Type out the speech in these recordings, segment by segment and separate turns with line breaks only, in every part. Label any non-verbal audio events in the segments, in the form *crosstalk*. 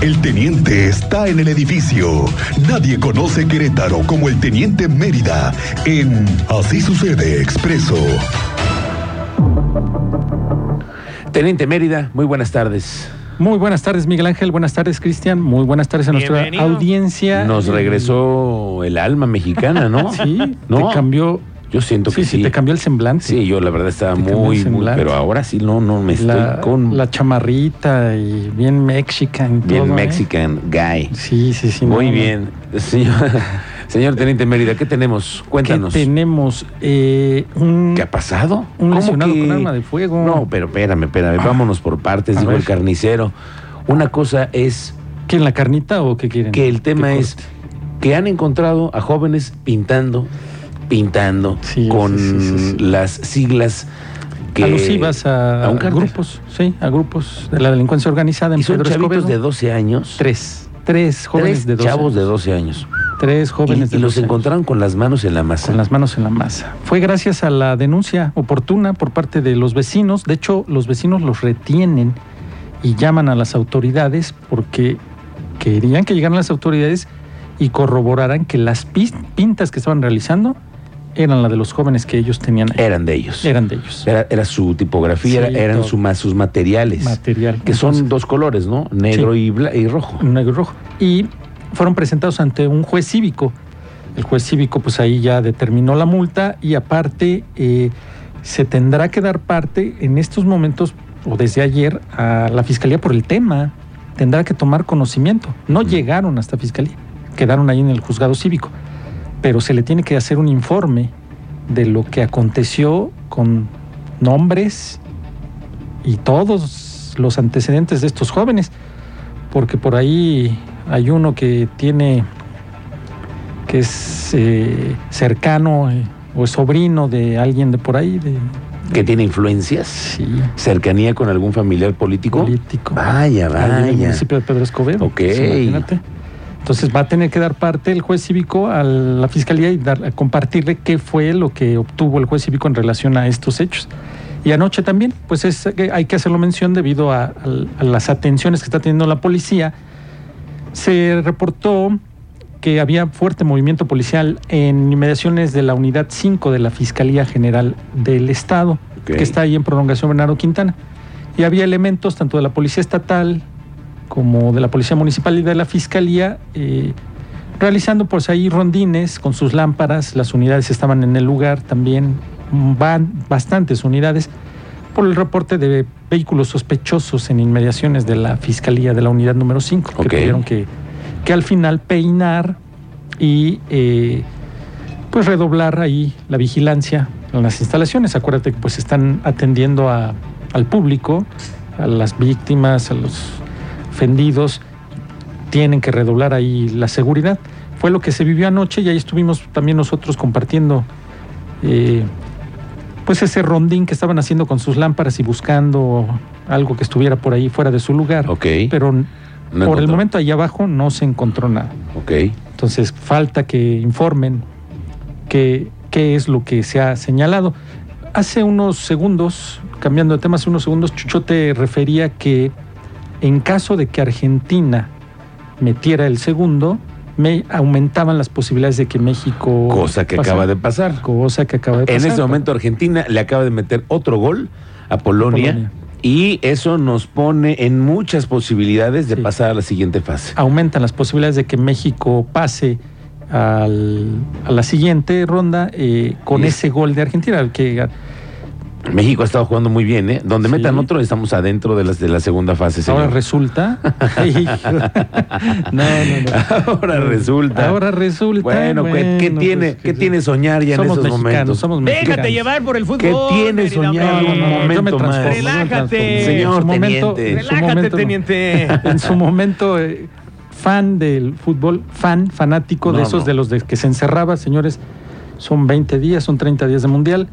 El teniente está en el edificio. Nadie conoce Querétaro como el teniente Mérida en Así sucede expreso.
Teniente Mérida, muy buenas tardes.
Muy buenas tardes, Miguel Ángel. Buenas tardes, Cristian. Muy buenas tardes a nuestra
Bienvenido.
audiencia.
Nos regresó el alma mexicana, ¿no?
*laughs* Sí,
¿No?
te cambió.
Yo siento
Sí,
que
sí,
sí.
te cambió el semblante.
Sí, yo la verdad estaba
Te cambió el
muy, muy,
semblante.
pero ahora sí no, no me estoy
la,
con
la chamarrita y bien mexican. y
bien
todo, ¿eh?
mexican guy.
Sí, sí, sí.
muy
no, no.
bien, señor, *laughs* señor teniente Mérida, ¿qué tenemos?
¿Qué
Cuéntanos. ¿Qué,
tenemos? Eh, un,
ha pasado?
un
¿Cómo
lesionado
que-
con arma de fuego.
No, pero espérame, espérame, vámonos por partes,
A
dijo
ver.
el carnicero. Una cosa es
¿Qué, en la carnita o qué quieren?
que el tema
¿Qué
es
corte?
que han encontrado a jóvenes pintando, pintando
Sí,
con
sí, sí, sí, sí.
las siglas que
Alusivas a,
a un cártel.
grupos, sí, a grupos de la delincuencia organizada en
y son
Pedro
chavitos
Escobedo.
de 12 años,
Tres. Tres jóvenes
tres
de 12.
chavos de 12 años.
Tres jóvenes
y,
de
y los
12 años.
encontraron con las manos en la masa.
con las manos en la masa. Fue gracias a la denuncia oportuna por parte de los vecinos. De hecho, los vecinos los retienen y llaman a las autoridades porque querían que llegaran las autoridades y corroboraran que las pis- pintas que estaban realizando eran la de los jóvenes que ellos tenían. ahí.
Eran de ellos.
Eran de ellos.
Era, era su tipografía,
Sí,
era- eran
todo.
su ma- sus materiales.
Material.
que son
Entonces,
dos colores, ¿no? Negro y, bla- y rojo.
negro y rojo. Y fueron presentados ante un juez cívico. El juez cívico pues ahí ya determinó la multa y aparte eh, se tendrá que dar parte en estos momentos o desde ayer a la fiscalía por el tema. Tendrá que tomar conocimiento. No
Mm.
llegaron hasta fiscalía, quedaron ahí en el juzgado cívico, pero se le tiene que hacer un informe de lo que aconteció con nombres y todos los antecedentes de estos jóvenes, porque por ahí hay uno que tiene, que es eh, cercano eh, o es sobrino de alguien de por ahí, de
Que tiene influencias,
Mm. sí,
cercanía con algún familiar político.
político.
Vaya,
ahí en el
vaya.
municipio de Pedro Escobedo.
Ok.
pues, imagínate. Entonces va a tener que dar parte el juez cívico a la fiscalía y dar, a compartirle qué fue lo que obtuvo el juez cívico en relación a estos hechos. Y anoche también, pues es, que hay que hacerlo mención debido a, al- a las atenciones que está teniendo la policía. Se reportó que había fuerte movimiento policial en inmediaciones de la unidad 5 de la Fiscalía General del Estado
Ok.
que está ahí en prolongación Bernardo Quintana. Y había elementos tanto de la Policía Estatal como de la Policía Municipal y de la Fiscalía eh, realizando pues ahí rondines con sus lámparas. Las unidades estaban en el lugar también, van bastantes unidades por el reporte de vehículos sospechosos en inmediaciones de la Fiscalía de la Unidad número 5
Ok.
que tuvieron que, que al final peinar y... eh, pues redoblar ahí la vigilancia en las instalaciones. Acuérdate que pues están atendiendo a- al público, a las víctimas, a los ofendidos. Tienen que redoblar ahí la seguridad. Fue lo que se vivió anoche y ahí estuvimos también nosotros compartiendo eh, pues ese rondín que estaban haciendo con sus lámparas y buscando algo que estuviera por ahí fuera de su lugar.
Ok.
Pero
No
por el
encontró.
momento ahí abajo no se encontró nada.
Ok.
Entonces, falta que informen qué qué es lo que se ha señalado. Hace unos segundos, cambiando de tema, hace unos segundos, Chucho te refería que en caso de que Argentina metiera el segundo, me aumentaban las posibilidades de que México.
Cosa que
pasara.
acaba de pasar.
Cosa que acaba de pasar.
En este momento Argentina le acaba de meter otro gol a Polonia,
Polonia.
y eso nos pone en muchas posibilidades de
Sí.
pasar a la siguiente fase.
aumentan las posibilidades de que México pase al- a la siguiente ronda eh, con
Y-
ese gol de Argentina, el que
México ha estado jugando muy bien, ¿eh? Donde
Sí.
metan otro estamos adentro de, las, de la segunda fase. señor. *laughs*
Ahora resulta. *laughs* no, no,
Ahora
no.
resulta.
Ahora resulta.
bueno, ¿qué- ¿qué
bueno,
tiene,
pues,
qué tiene soñar ya
Somos
en estos
mexicanos,
momentos?
somos mexicanos.
Déjate llevar por el fútbol.
¿Qué tiene
Mérida,
soñar
hombre.
No, no, no,
un
yo me
momento
transformo,
más?
yo me
Relájate.
transformo.
Señor
En su momento-
teniente.
en su
Relájate,
momento-
teniente. *laughs*
En su momento, eh, fan del fútbol, fan, fanático de
No,
esos
no.
de los de que se encerraba, señores. Son 20 días, son 30 días de mundial.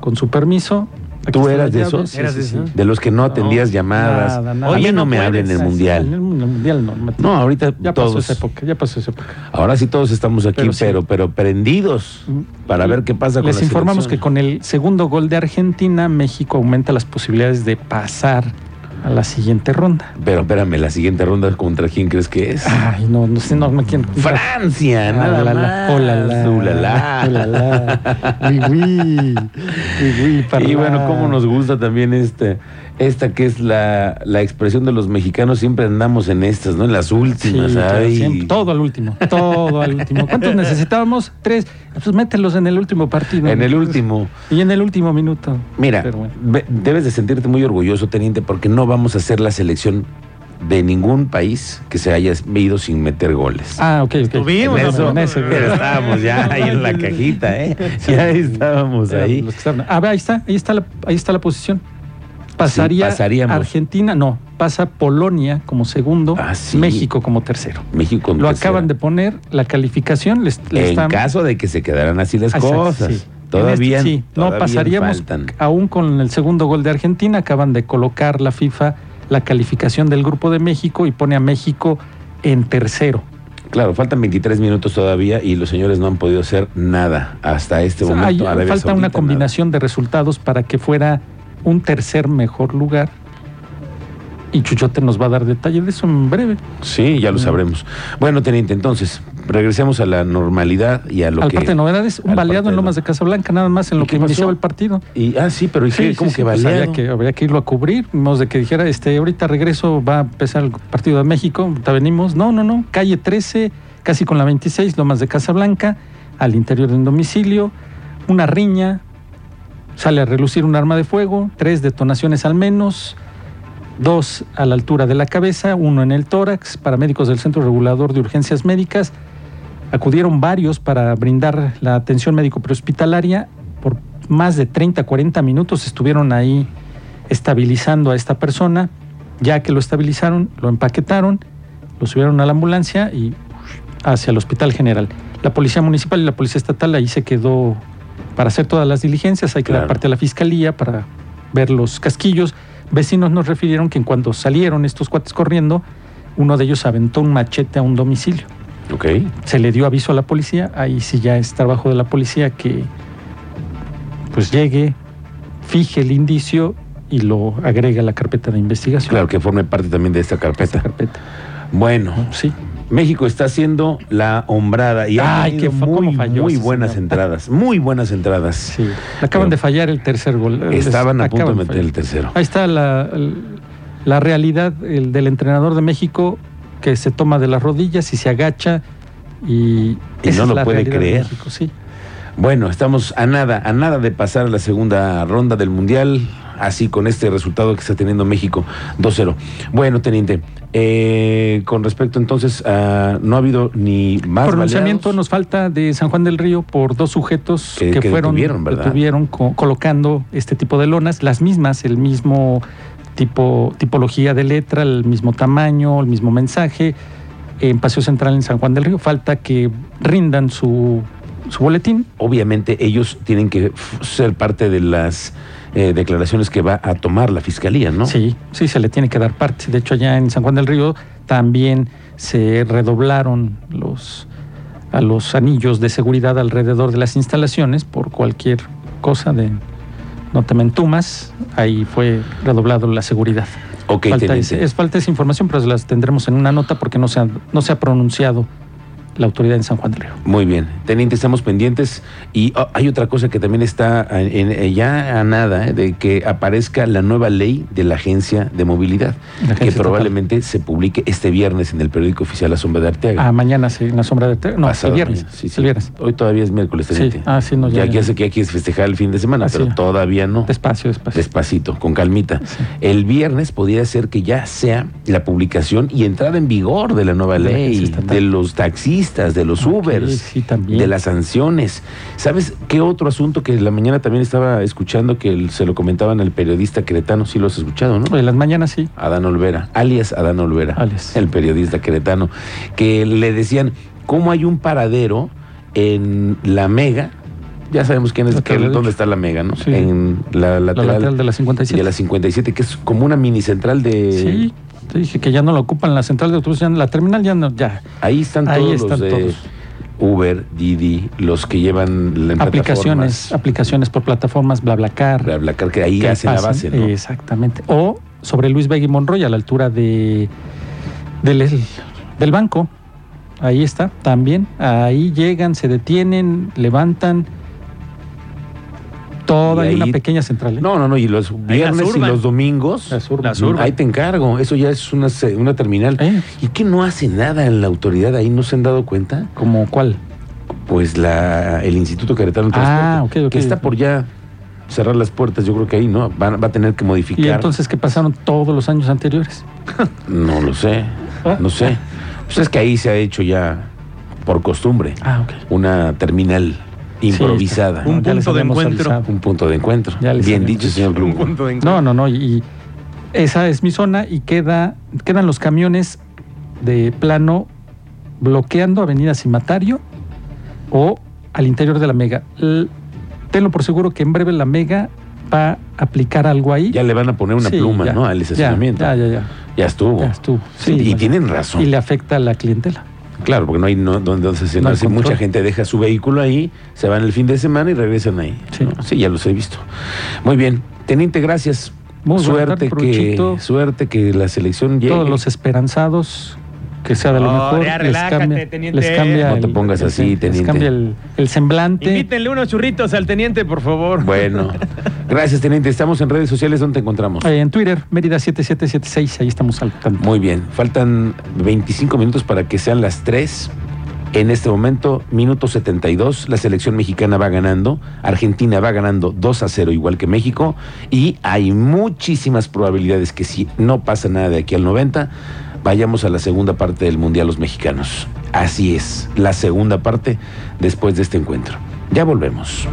Con su permiso. aquí
¿Tú
está la
eras de
llave.
esos?
Sí,
¿Eras
sí,
de
sí.
esos?
De los que no atendías llamadas.
nada, nada.
A mí
Oye,
no,
no
me hablen en el
puedes,
En
mundial.
el mundial no. Mateo.
No, ahorita
Ya pasó
todos.
esa época, ya pasó esa época.
Ahora sí todos estamos aquí, pero
Pero sí.
pero, prendidos para ver qué pasa con
Les
la
informamos que
selección.
con el segundo gol de Argentina, México aumenta las posibilidades de pasar a la siguiente ronda.
Pero espérame, la siguiente ronda contra quién crees que
*laughs*
es?
Ay, no, no sé, no me quiero.
Francia, nada
Ah, la, la,
más.
oh, la, la,
Uh, la, la.
oh, la, la. Oui, oui. Oui, oui,
Y
parlá.
bueno, cómo nos gusta también este, esta que es la, la expresión de los mexicanos, siempre andamos en estas, ¿no? En las
Sí,
últimas.
claro,
ay.
siempre, todo al último, todo al último.
*laughs*
¿Cuántos necesitábamos? Tres. Pues mételos en el último partido.
En el último.
Y en el último minuto.
Mira,
Pero bueno.
ve- debes de sentirte muy orgulloso, teniente, porque no vamos a hacer la selección de ningún país que se haya ido sin meter goles.
Ah, ok, ok.
Estuvimos,
En eso,
¿no?
en eso.
Pero estábamos ya ahí en la cajita,
*laughs*
¿eh? Ya estábamos
Eran
ahí.
los que estaban- Ah, ve, ahí está, ahí está la, ahí está la posición. Pasaría
pasaríamos.
Argentina, no, pasa Polonia como segundo,
Ah, sí.
México como tercero.
México.
Lo acaban de poner, la calificación les, le
En
están-
caso de que se quedaran así las
Ah, exacto,
cosas.
sí.
Todavía,
En este, sí,
todavía
no pasaríamos
faltan.
aún con el segundo gol de Argentina, acaban de colocar la FIFA la calificación del grupo de México y pone a México en tercero.
Claro, faltan 23 minutos todavía y los señores no han podido hacer nada hasta este
O sea, hay-
momento. Arabia
falta
Saudita,
una
nada.
combinación de resultados para que fuera un tercer mejor lugar. Y Chuchote nos va a dar detalle de eso en breve.
Sí,
Mm.
ya lo sabremos. Bueno, teniente, entonces, regresemos a la normalidad y a lo
al
que.
parte de novedades,
al
un baleado
parte de
en Lomas
no-
de Casablanca, nada más en
¿Y
lo
qué
que
pasó?
iniciaba el partido.
Y, ah, sí, pero ¿y qué? ¿cómo que
pues
baleado?
habría que, habría que irlo a cubrir, menos de que dijera, este, ahorita regreso, va a empezar el partido de México, ahorita venimos. No, no, no, calle 13, casi con la 26, Lomas de Casablanca, al interior de un domicilio, una riña, sale a relucir un arma de fuego, tres detonaciones al menos, dos a la altura de la cabeza, uno en el tórax, paramédicos del Centro Regulador de Urgencias Médicas, Acudieron varios para brindar la atención médico prehospitalaria. Por más de 30, 40 minutos estuvieron ahí estabilizando a esta persona. Ya que lo estabilizaron, lo empaquetaron, lo subieron a la ambulancia y hacia el hospital general. La policía municipal y la policía estatal ahí se quedó para hacer todas las diligencias. Hay que
Claro.
dar parte a la fiscalía para ver los casquillos. Vecinos nos refirieron que en cuanto salieron estos cuates corriendo, uno de ellos aventó un machete a un domicilio
Ok.
se le dio aviso a la policía, ahí sí ya es trabajo de la policía que pues llegue, fije el indicio y lo agrega a la carpeta de investigación.
Claro, que forme parte también de esta carpeta.
Carpeta.
Bueno,
Sí.
México está haciendo la hombrada y ha
Ay,
tenido
qué fa- cómo
muy,
falló
muy
ese
buenas
señor.
entradas. Muy buenas entradas.
Sí. Acaban
Pero
de fallar el tercer gol.
Estaban a punto de
Acaban
meter
fallar.
el tercero.
Ahí está la, la realidad el del entrenador de México que se toma de las rodillas y se agacha y,
Y
esa
no
es
lo
la
puede
realidad de
creer.
México, sí.
Bueno, estamos a nada, a nada de pasar a la segunda ronda del Mundial, así con este resultado que está teniendo México, 2-0. Bueno, teniente, eh, con respecto entonces a... No ha habido ni más...
pronunciamiento
baleados.
nos falta de San Juan del Río por dos sujetos
Que-
que,
que
fueron
detuvieron, ¿verdad?
detuvieron co- colocando este tipo de lonas, las mismas, el mismo tipo tipología de letra, el mismo tamaño, el mismo mensaje en Paseo Central en San Juan del Río. Falta que rindan su su boletín.
Obviamente ellos tienen que f- ser parte de las eh, declaraciones que va a tomar la Fiscalía, ¿no?
Sí, sí se le tiene que dar parte. De hecho, allá en San Juan del Río también se redoblaron los a los anillos de seguridad alrededor de las instalaciones por cualquier cosa de no te mentumas, ahí fue redoblado la seguridad.
Ok,
falta
teniente.
ese- es falta esa información, pero se las tendremos en una nota porque no se ha, no se ha pronunciado la autoridad en San Juan del Río.
Muy bien, teniente, estamos pendientes. Y oh, hay otra cosa que también está en- en- ya a nada, ¿eh? de que aparezca la nueva ley de la Agencia de Movilidad,
La agencia
que
estatal.
probablemente se publique este viernes en el periódico oficial La Sombra de Arteaga.
Ah, mañana sí, en la sombra de Te- no, el
Pasado
viernes,
mañana. Sí, sí.
el viernes.
Hoy todavía es miércoles,
Sí.
teniente.
Ah, sí, no,
ya,
ya,
ya,
ya.
sé que aquí es festejar el fin de semana,
Ah,
pero
sí.
todavía no.
Despacio, despacio.
Despacito, con calmita.
Sí.
El viernes podría ser que ya sea la publicación y entrada en vigor de la nueva
De la
ley,
agencia estatal.
de los taxistas, de los
Ok,
Ubers,
sí, también.
de las sanciones. ¿Sabes qué otro asunto que la mañana también estaba escuchando que el- se lo comentaban al periodista queretano? Sí lo has escuchado, ¿no?
En las mañanas sí.
Adán Olvera, alias Adán Olvera,
Alias.
el periodista queretano, que le decían, ¿cómo hay un paradero en la Mega? Ya sabemos quién es,
La
qué-
Torre del
dónde
Ocho.
está la Mega, ¿no?
Sí.
En la
La
lateral,
lateral de la 57.
de la 57, que es como una mini central de...
Sí, te dije que ya no la ocupan la central de autobús, ya no- la terminal ya no, ya.
Ahí están
Ahí
todos los
están
de
todos.
Uber, Didi, los que llevan la- en
Aplicaciones,
plataformas.
aplicaciones por plataformas, BlaBlaCar.
Para hablar que ahí
que
hacen la
pasan-
base, ¿no?
Exactamente. O sobre Luis Vega y Monroy, a la altura de, del, del banco. Ahí está, también. Ahí llegan, se detienen, levantan. Toda
Y
hay una
ahí-
pequeña central. ¿eh?
No, no, no, y los viernes y
Urban.
los domingos.
Las Urban.
Las Urban.
Ahí te encargo, eso ya es una, se- una terminal.
¿Eh?
¿Y qué no hace nada en la autoridad ahí? ¿No se han dado cuenta?
¿Como cuál?
Pues la, el Instituto Queretano de Transporte,
Ah, ok, ok.
que está por ya cerrar las puertas, yo creo que ahí no, va, va a tener que modificar.
¿Y entonces qué pasaron todos los años anteriores?
No lo sé,
¿Ah?
no sé. Pues es que ahí se ha hecho ya por costumbre
Ah, ok.
una terminal improvisada,
está.
Un
ya les
punto de
habíamos
encuentro.
avisado.
un punto de encuentro.
Ya les
Bien
habíamos
dicho, señor
Un
Blum.
punto de
No,
encuentro.
no, no. Y esa es mi zona y queda, quedan los camiones de plano bloqueando Avenida Cimatario o al interior de la Mega. L- Tenlo por seguro que en breve la Mega va a aplicar algo ahí.
Ya le van a poner una
Sí,
pluma,
ya,
¿no? Al
ya,
estacionamiento.
Ya,
Ya,
ya, ya.
estuvo.
ya estuvo.
Sí,
Sí,
y
ya.
tienen
Y
razón.
le afecta a la clientela.
Claro, porque no hay no, donde
No hay
estacionarse.
control.
Mucha gente deja su vehículo ahí, se van el fin de semana y regresan ahí.
Sí.
¿no? Sí, ya los he visto. Muy bien. Teniente, gracias.
Muy buena
suerte,
tarde, Provechito.
que, suerte que la selección llegue.
Todos los esperanzados que sea de lo
Ahora,
mejor.
relájate, teniente.
les cambia
No te pongas así,
Les
teniente.
cambia el, el semblante.
Invítenle unos churritos al teniente, por
*laughs*
favor.
Bueno, gracias, Teniente. Estamos en redes sociales donde te encontramos.
Eh, en Twitter, Mérida 7776, ahí estamos al tanto.
Muy bien, faltan 25 minutos para que sean las 3. En este momento, minuto 72, la selección mexicana va ganando, Argentina va ganando 2 a 0 igual que México y hay muchísimas probabilidades que si no pasa nada de aquí al 90, vayamos a la segunda parte del Mundial los mexicanos. Así es, la segunda parte después de este encuentro. Ya volvemos.